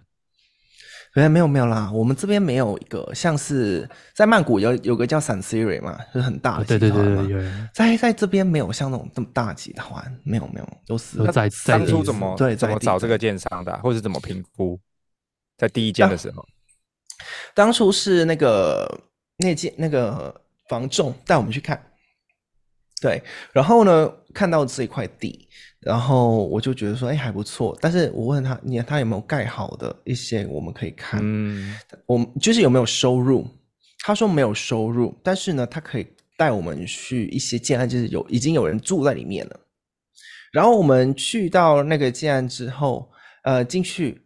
[SPEAKER 3] 哎，没有没有啦，我们这边没有一个像是在曼谷有有个叫 San Siri 嘛，就是很大的
[SPEAKER 2] 对
[SPEAKER 3] 集
[SPEAKER 2] 哦对
[SPEAKER 3] 团
[SPEAKER 2] 对
[SPEAKER 3] 嘛。
[SPEAKER 2] 对，有人
[SPEAKER 3] 在在这边没有像那种这么大集团，没有没有，都是
[SPEAKER 2] 都在在
[SPEAKER 1] 当
[SPEAKER 2] 地
[SPEAKER 1] 初
[SPEAKER 2] 的
[SPEAKER 1] 怎么
[SPEAKER 3] 对
[SPEAKER 1] 怎
[SPEAKER 3] 在
[SPEAKER 1] 么
[SPEAKER 3] 地
[SPEAKER 1] 找
[SPEAKER 3] 的
[SPEAKER 1] 这个建商的啊，或者怎么评估，在第一间的时候，
[SPEAKER 3] 当初是那个那间那个房仲带我们去看，对，然后呢看到这一块地，然后我就觉得说，哎还不错，但是我问他，你他有没有盖好的一些我们可以
[SPEAKER 2] 啊
[SPEAKER 3] 看，
[SPEAKER 1] 嗯，
[SPEAKER 3] 我们就是有没有收入？他说没有收入，但是呢，他可以带我们去一些建案，就是有已经有人住在里面了。然后我们去到那个建案之后，呃，进去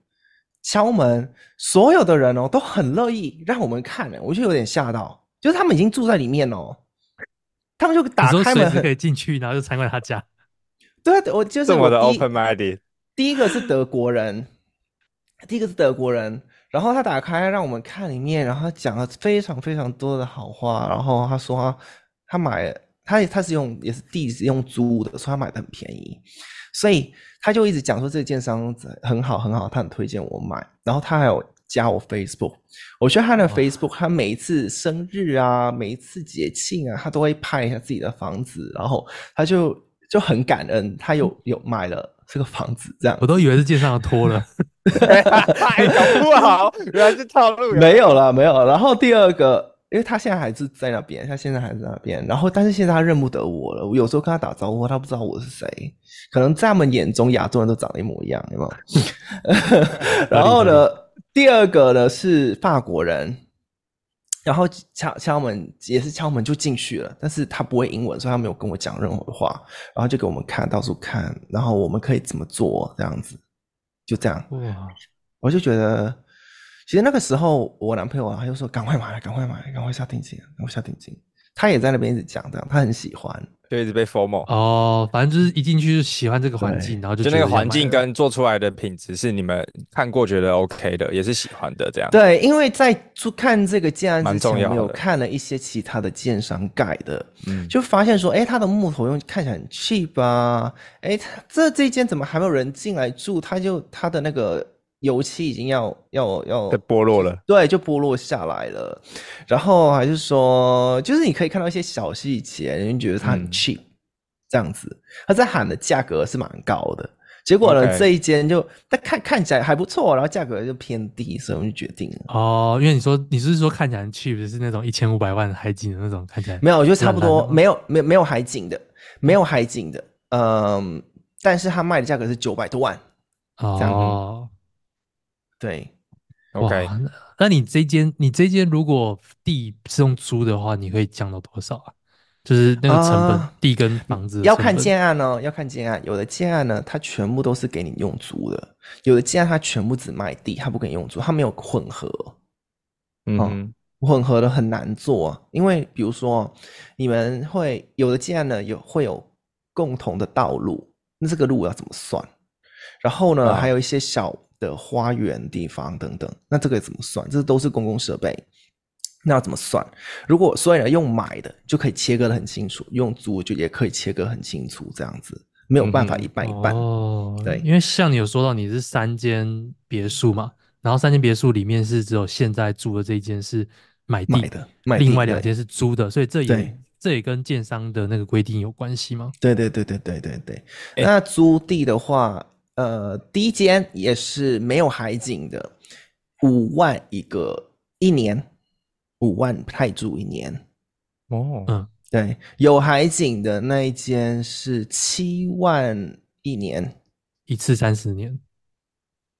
[SPEAKER 3] 敲门，所有的人哦都很乐意让我们看欸了，我就有点吓到，就是他们已经住在里面哦，他们就打
[SPEAKER 2] 你说
[SPEAKER 3] 开
[SPEAKER 2] 随
[SPEAKER 3] 门
[SPEAKER 2] 时可
[SPEAKER 3] 很，
[SPEAKER 2] 以进去，然后就参观他家。
[SPEAKER 3] 对，我就是
[SPEAKER 1] 这么
[SPEAKER 3] 我
[SPEAKER 1] 的
[SPEAKER 3] 第一
[SPEAKER 1] open minded，
[SPEAKER 3] 第一个是德国人，第一个是德国人，然后他打开让我们看里面，然后他讲了非常非常多的好话，然后他说他他买他他是用也是地是用租的，所以他买的很便宜，所以他就一直讲说这个建商很好很好，他很推荐我买，然后他还有加我 Facebook，我觉得他的 Facebook，他每一次生日啊，每一次节庆啊，他都会拍一下自己的房子，然后他就就很感恩，他有有买了这个房子，这样
[SPEAKER 2] 我都以为是建商要脱 了，
[SPEAKER 1] 哎，搞不好原来是套路，
[SPEAKER 3] 没有了没有了。然后第二个，因为他现在还是在那边，他现在还在那边，然后但是现在他认不得我了，我有时候跟他打招呼，他不知道我是谁，可能在他们眼中亚洲人都长得一模一样，有没有？然后呢，第二个呢是法国人，然后敲敲门也是敲门就进去了，但是他不会英文，所以他没有跟我讲任何话，然后就给我们看到处看，然后我们可以怎么做这样子，就这样。
[SPEAKER 2] 哇，
[SPEAKER 3] 我就觉得，其实那个时候我男朋友啊，他就说赶快买，赶快买，赶快下定金，赶快下定金。他也在那边一直讲这样，他很喜欢。
[SPEAKER 1] 就一直被 formal，
[SPEAKER 2] 哦，反正就是一进去就喜欢这个环
[SPEAKER 3] 对
[SPEAKER 2] 境，然后就
[SPEAKER 1] 就那
[SPEAKER 2] 觉
[SPEAKER 1] 个
[SPEAKER 2] 得要
[SPEAKER 1] 环
[SPEAKER 2] 买
[SPEAKER 1] 境
[SPEAKER 2] 了
[SPEAKER 1] 跟做出来的品质是你们看过觉得 OK 的，也是喜欢的这样。
[SPEAKER 3] 对，因为在住看这个建案之
[SPEAKER 1] 蛮重
[SPEAKER 3] 前，我
[SPEAKER 1] 要
[SPEAKER 3] 们有
[SPEAKER 1] 的
[SPEAKER 3] 看了一些其他的建商盖的，
[SPEAKER 1] 嗯
[SPEAKER 3] 就发现说，哎，他的木头用看起来很 cheap 啊，哎，他这这间怎么还没有人进来住？他就他的那个油漆已经要要要
[SPEAKER 1] 被剥落了，
[SPEAKER 3] 对，就剥落下来了。然后还是说，就是你可以看到一些小细节，你就觉得它很
[SPEAKER 1] 嗯
[SPEAKER 3] cheap，、这样子。他在喊的价格是蛮高的，结果呢
[SPEAKER 1] OK
[SPEAKER 3] 这一间就但看看起来还不错，然后价格就偏低，所以我们就决定了。
[SPEAKER 2] 哦，因为你说你是说看起来很 cheap，是那种一千五百万海景的那种，看起来
[SPEAKER 3] 没有，就差不
[SPEAKER 2] 很
[SPEAKER 3] 多，
[SPEAKER 2] 难哦
[SPEAKER 3] 没有没有没有海景的，没有海景的，嗯，但是他卖的价格是九百多万，这样
[SPEAKER 2] 哦。
[SPEAKER 3] 对。
[SPEAKER 2] 哇
[SPEAKER 1] OK，
[SPEAKER 2] 那那你这间你这间如果地是用租的话，你可以降到多少啊？就是那个成本，
[SPEAKER 3] 啊
[SPEAKER 2] 地跟房子的
[SPEAKER 3] 要
[SPEAKER 2] 成
[SPEAKER 3] 看
[SPEAKER 2] 本
[SPEAKER 3] 建案哦，要看建案。有的建案呢，它全部都是给你用租的；有的建案它全部只卖地，它不给你用租，它没有混合。
[SPEAKER 1] 嗯
[SPEAKER 3] 哦
[SPEAKER 1] 哼，
[SPEAKER 3] 混合的很难做，啊因为比如说你们会有的建案呢有会有共同的道路，那这个路要怎么算？然后呢，
[SPEAKER 1] 啊
[SPEAKER 3] 还有一些小的花园地方等等，那这个怎么算？这都是公共设备。那要怎么算？如果虽然用买的就可以切割的很清楚，用租就也可以切割很清楚，这样子没有办法
[SPEAKER 1] 嗯哼
[SPEAKER 3] 一半一半。
[SPEAKER 2] 哦，
[SPEAKER 3] 对
[SPEAKER 2] 因为像你有说到你是三间别墅嘛，然后三间别墅里面是只有现在住的这一间是买地
[SPEAKER 3] 买的买地
[SPEAKER 2] 另外两
[SPEAKER 3] 对
[SPEAKER 2] 间是租的，所以这也
[SPEAKER 3] 对
[SPEAKER 2] 这也跟建商的那个规定有关系吗？
[SPEAKER 3] 对对对对对对对。那租地的话，呃，第一间也是没有海景的，五万一个一年，五万泰铢一年。
[SPEAKER 1] 哦，
[SPEAKER 2] 嗯
[SPEAKER 3] 对，有海景的那一间是七万一年，
[SPEAKER 2] 一次三十年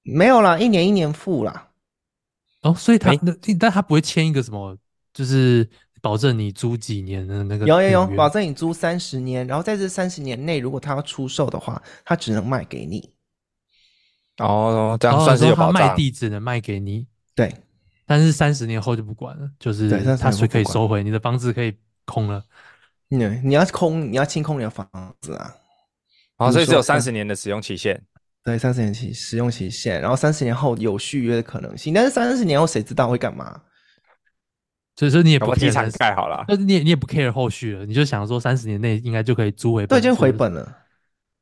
[SPEAKER 3] 没有啦，一年一年付啦。
[SPEAKER 2] 哦，所以他
[SPEAKER 1] 哎
[SPEAKER 2] 那但他不会签一个什么，就是保证你租几年的那个
[SPEAKER 3] 有有有
[SPEAKER 2] 合，约
[SPEAKER 3] 保证你租三十年，然后在这三十年内，如果他要出售的话，他只能卖给你。
[SPEAKER 1] 哦，这样
[SPEAKER 2] 哦
[SPEAKER 1] 算是
[SPEAKER 2] 说
[SPEAKER 1] 有
[SPEAKER 2] 他
[SPEAKER 1] 保
[SPEAKER 2] 卖
[SPEAKER 1] 障。
[SPEAKER 2] 地只能卖给你，
[SPEAKER 3] 对，
[SPEAKER 2] 但是三十年后就不管了，就是
[SPEAKER 3] 对30年
[SPEAKER 2] 他
[SPEAKER 3] 后
[SPEAKER 2] 是可以
[SPEAKER 3] 不管
[SPEAKER 2] 收回，你的房子可以空了。
[SPEAKER 3] 你你要空，你要清空你的房子啊。
[SPEAKER 1] 哦，所以只有三
[SPEAKER 3] 三
[SPEAKER 2] 嗯
[SPEAKER 1] 十年的使用期限。
[SPEAKER 3] 对，三十年期使用期限，然后三十年后有续约的可能性，但是三十年后谁知道会干嘛？
[SPEAKER 2] 所以说你也不
[SPEAKER 1] 搞不好
[SPEAKER 2] care
[SPEAKER 1] 地产
[SPEAKER 2] 30
[SPEAKER 3] 啊
[SPEAKER 1] 盖好了
[SPEAKER 2] 但是你也你也不 care 后续了，你就想说三十年内应该就可以租回本，
[SPEAKER 3] 对，就回
[SPEAKER 2] 是不是
[SPEAKER 3] 本了。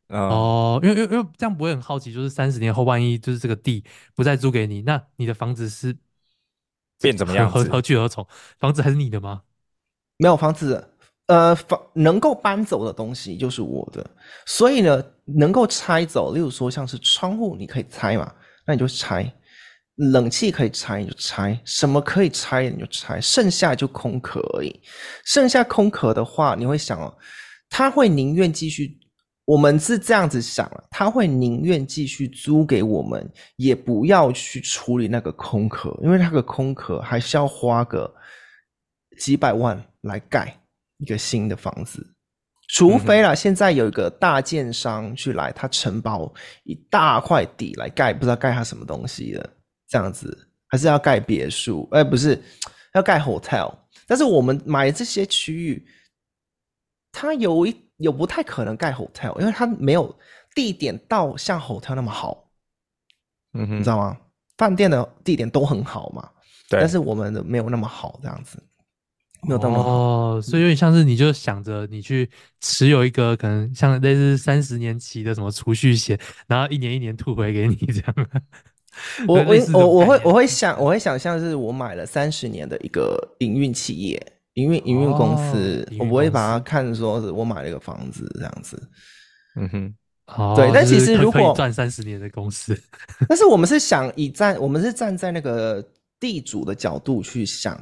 [SPEAKER 1] 嗯，
[SPEAKER 2] 哦，因为因为因为这样不会很好奇，就是三十年后万一就是这个地不再租给你，那你的房子是
[SPEAKER 1] 变怎么样
[SPEAKER 2] 何
[SPEAKER 1] 子
[SPEAKER 2] 何何去何从？房子还是你的吗？
[SPEAKER 3] 没有房子，呃，房能够搬走的东西就是我的，所以呢，能够拆走，例如说像是窗户，你可以拆嘛，那你就拆；冷气可以拆，你就拆；什么可以拆的你就拆，剩下就空壳而已。剩下空壳的话，你会想哦，他会宁愿继续。我们是这样子想了，他会宁愿继续租给我们，也不要去处理那个空壳，因为那个空壳还是要花个几百万来盖一个新的房子，除非啦，现在有一个大建商去来，他承包一大块地来盖，不知道盖他什么东西的，这样子还是要盖别墅，哎、不是要盖 hotel，但是我们买这些区域，它有一有不太可能盖 hotel，因为它没有地点到像 hotel 那么好，
[SPEAKER 1] 嗯
[SPEAKER 3] 你
[SPEAKER 1] 哼
[SPEAKER 3] 知，道吗？饭店的地点都很好嘛，
[SPEAKER 1] 对
[SPEAKER 3] 但是我们的没有那么好，这样子没有那么好。
[SPEAKER 2] 哦，
[SPEAKER 1] 嗯
[SPEAKER 2] 所以有点像是你就想着你去持有一个可能像类似三十年期的什么储蓄险，然后一年一年吐回给你这样。
[SPEAKER 3] 我
[SPEAKER 2] 类似这
[SPEAKER 3] 我
[SPEAKER 2] 种
[SPEAKER 3] 我我
[SPEAKER 2] 概
[SPEAKER 3] 会
[SPEAKER 2] 念
[SPEAKER 3] 我会想我会想象是我买了三十年的一个营运企业，营运营运公司，
[SPEAKER 2] 哦营
[SPEAKER 3] 我
[SPEAKER 2] 运
[SPEAKER 3] 不会
[SPEAKER 2] 公
[SPEAKER 3] 把它
[SPEAKER 2] 司
[SPEAKER 3] 看说是我买了一个房子这样子。
[SPEAKER 1] 嗯哼，
[SPEAKER 2] 哦，
[SPEAKER 3] 对但
[SPEAKER 2] 就
[SPEAKER 3] 其
[SPEAKER 2] 是
[SPEAKER 3] 实
[SPEAKER 2] 可
[SPEAKER 3] 如
[SPEAKER 2] 可以
[SPEAKER 3] 果
[SPEAKER 2] 赚三十年的公司，
[SPEAKER 3] 但是我们是想以站，我们是站在那个地主的角度去想。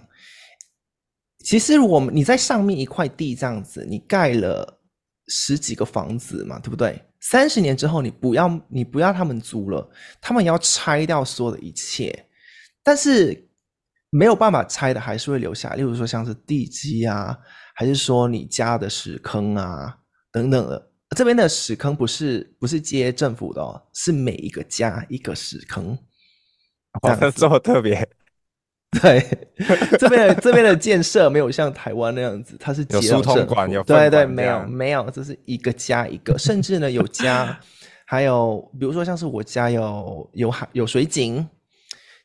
[SPEAKER 3] 其实我们你在上面一块地这样子，你盖了十几个房子嘛，对不对？三十年之后，你不要你不要他们租了，他们要拆掉所有的一切，但是没有办法拆的还是会留下来，例如说像是地基啊，还是说你家的屎坑啊等等的。这边的屎坑不是不是接政府的哦，是每一个家一个屎坑。这样
[SPEAKER 1] 哇，
[SPEAKER 3] 子
[SPEAKER 1] 这么特别，
[SPEAKER 3] 对， 这边的这边的建设没有像台湾那样子，它是
[SPEAKER 1] 有
[SPEAKER 3] 街道
[SPEAKER 1] 疏通
[SPEAKER 3] 政
[SPEAKER 1] 管
[SPEAKER 3] 府
[SPEAKER 1] 有
[SPEAKER 3] 对
[SPEAKER 1] 粪
[SPEAKER 3] 对，
[SPEAKER 1] 管
[SPEAKER 3] 没
[SPEAKER 1] 这
[SPEAKER 3] 有
[SPEAKER 1] 样
[SPEAKER 3] 没有，这是一个加一个，甚至呢有 家，还有比如说像是我家有有海有水井，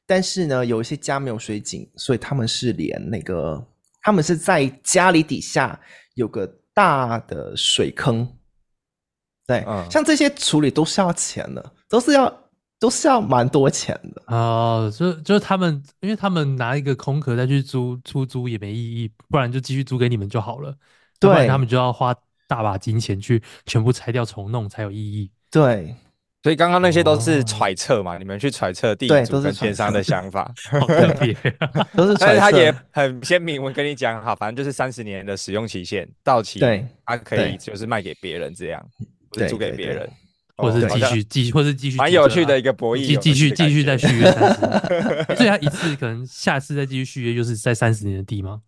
[SPEAKER 3] 但是呢有一些家没有水井，所以他们是连那个他们是在家里底下有个大的水坑，对，
[SPEAKER 1] 嗯
[SPEAKER 3] 像这些处理都是要钱的，都是要都是要蛮多钱的。
[SPEAKER 2] 哦，就就是他们，因为他们拿一个空壳再去租出租也没意义，不然就继续租给你们就好了。要不然
[SPEAKER 3] 对
[SPEAKER 2] 他们就要花大把金钱去全部拆掉重弄才有意义。
[SPEAKER 3] 对，
[SPEAKER 1] 所以刚刚那些都
[SPEAKER 2] 哦
[SPEAKER 1] 是揣测嘛，你们去揣测地
[SPEAKER 3] 对
[SPEAKER 1] 主
[SPEAKER 3] 都是
[SPEAKER 1] 跟
[SPEAKER 3] 揣
[SPEAKER 1] 建商的
[SPEAKER 3] 测
[SPEAKER 1] 想 法，
[SPEAKER 2] 好 特别，
[SPEAKER 3] 都是
[SPEAKER 1] 但
[SPEAKER 3] 揣
[SPEAKER 1] 是他
[SPEAKER 3] 测
[SPEAKER 1] 也很鲜明，我跟你讲哈，反正就是三十年的使用期限到期，
[SPEAKER 3] 对，
[SPEAKER 1] 他可以
[SPEAKER 3] 对
[SPEAKER 1] 就是卖给别人这样，不是
[SPEAKER 3] 对
[SPEAKER 1] 租给
[SPEAKER 3] 对
[SPEAKER 1] 别
[SPEAKER 3] 对
[SPEAKER 1] 人，
[SPEAKER 2] 或
[SPEAKER 1] 哦
[SPEAKER 2] 是
[SPEAKER 1] 好
[SPEAKER 2] 继
[SPEAKER 1] 像
[SPEAKER 2] 续继续，或是继续
[SPEAKER 1] 蛮
[SPEAKER 2] 继续
[SPEAKER 1] 有
[SPEAKER 2] 啊
[SPEAKER 1] 趣的一个博弈
[SPEAKER 2] 继
[SPEAKER 1] 游
[SPEAKER 2] 继
[SPEAKER 1] 戏
[SPEAKER 2] 续
[SPEAKER 1] 的感
[SPEAKER 2] 继续
[SPEAKER 1] 觉
[SPEAKER 2] 再续约三十 年，所以他一次可能下次再继续续约就是在三十年的地吗？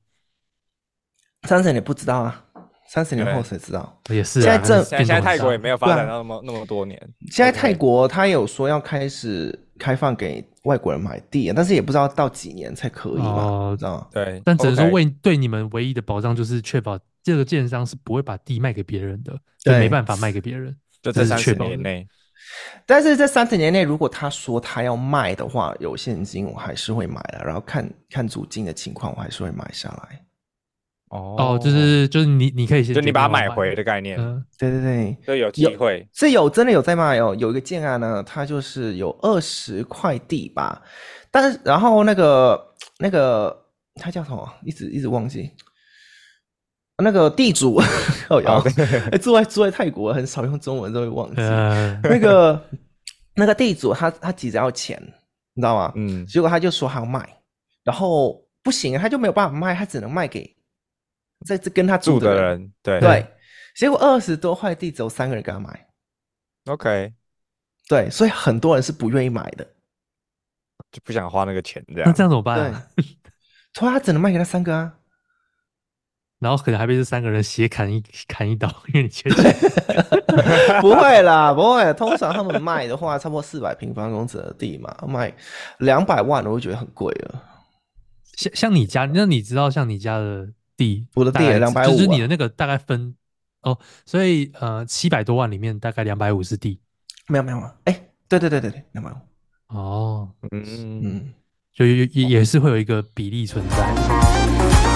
[SPEAKER 3] 三十年不知道啊，三十年后
[SPEAKER 1] 对
[SPEAKER 3] 谁知道？
[SPEAKER 2] 也是啊，
[SPEAKER 3] 现在政
[SPEAKER 1] 现在现在泰国也没有发
[SPEAKER 3] 对啊
[SPEAKER 1] 展到那么那么多年，
[SPEAKER 3] 现在
[SPEAKER 1] OK
[SPEAKER 3] 泰国他有说要开始开放给外国人买地，啊但是也不知道到几年才可以嘛，
[SPEAKER 2] 哦
[SPEAKER 3] 知道吗？
[SPEAKER 1] 对，
[SPEAKER 2] 但只能说
[SPEAKER 1] OK
[SPEAKER 2] 为对你们唯一的保障就是确保这个建商是不会把地卖给别人的，就
[SPEAKER 3] 对
[SPEAKER 2] 没办法卖给别人。
[SPEAKER 1] 就这
[SPEAKER 2] 这是
[SPEAKER 1] 三
[SPEAKER 2] 确
[SPEAKER 1] 十
[SPEAKER 2] 保
[SPEAKER 1] 年
[SPEAKER 2] 的
[SPEAKER 1] 内，
[SPEAKER 3] 但是这三十年内，如果他说他要卖的话，有现金我还是会买的，然后看看租金的情况，我还是会买下来。
[SPEAKER 1] 哦
[SPEAKER 2] 哦，就是就是你你可以先
[SPEAKER 1] 就你把它买
[SPEAKER 2] 决定要不要
[SPEAKER 1] 回的概念，
[SPEAKER 2] 嗯，
[SPEAKER 3] 对对对，
[SPEAKER 1] 就有机会。
[SPEAKER 3] 是有真的有在卖哦，有一个建案呢，它就是有二十块地吧，但是然后那个那个它叫什么，一直一直忘记，那个地主哦，
[SPEAKER 1] 哦
[SPEAKER 3] 有，哎，住在住在泰国很少用中文都会忘记，
[SPEAKER 2] 呃，
[SPEAKER 3] 那个那个地主他他急着要钱，你知道吗？
[SPEAKER 1] 嗯，
[SPEAKER 3] 结果他就说他要卖，然后不行，他就没有办法卖，他只能卖给在这跟他
[SPEAKER 1] 住
[SPEAKER 3] 的
[SPEAKER 1] 的人对
[SPEAKER 3] 对，结果二十多块地只有三个人给他买。
[SPEAKER 1] ，OK，
[SPEAKER 3] 对，所以很多人是不愿意买的。
[SPEAKER 1] 就不想花那个钱这
[SPEAKER 2] 那
[SPEAKER 1] 样
[SPEAKER 2] 这。样怎么办
[SPEAKER 3] 对
[SPEAKER 2] 啊？，
[SPEAKER 3] 所以他只能卖给那三个啊。
[SPEAKER 2] 然后可能还被这三个人斜砍一 砍一刀，因为你缺钱。
[SPEAKER 3] 不会啦，不会。通常他们卖的话，差不多四百平方公尺的地嘛，卖两百万，我就觉得很贵了。
[SPEAKER 2] 像像你家，那你知道像你家的地，
[SPEAKER 3] 我的地
[SPEAKER 2] 大概
[SPEAKER 3] 也250
[SPEAKER 2] 就是你
[SPEAKER 3] 啊
[SPEAKER 2] 的那个大概分哦，所以呃，七百多万里面大概两百五是地
[SPEAKER 3] 没有没有啊，哎，对对对对对，两百五。
[SPEAKER 2] 哦，
[SPEAKER 1] 嗯，
[SPEAKER 3] 嗯，
[SPEAKER 2] 就也也也是会有一个比例存在。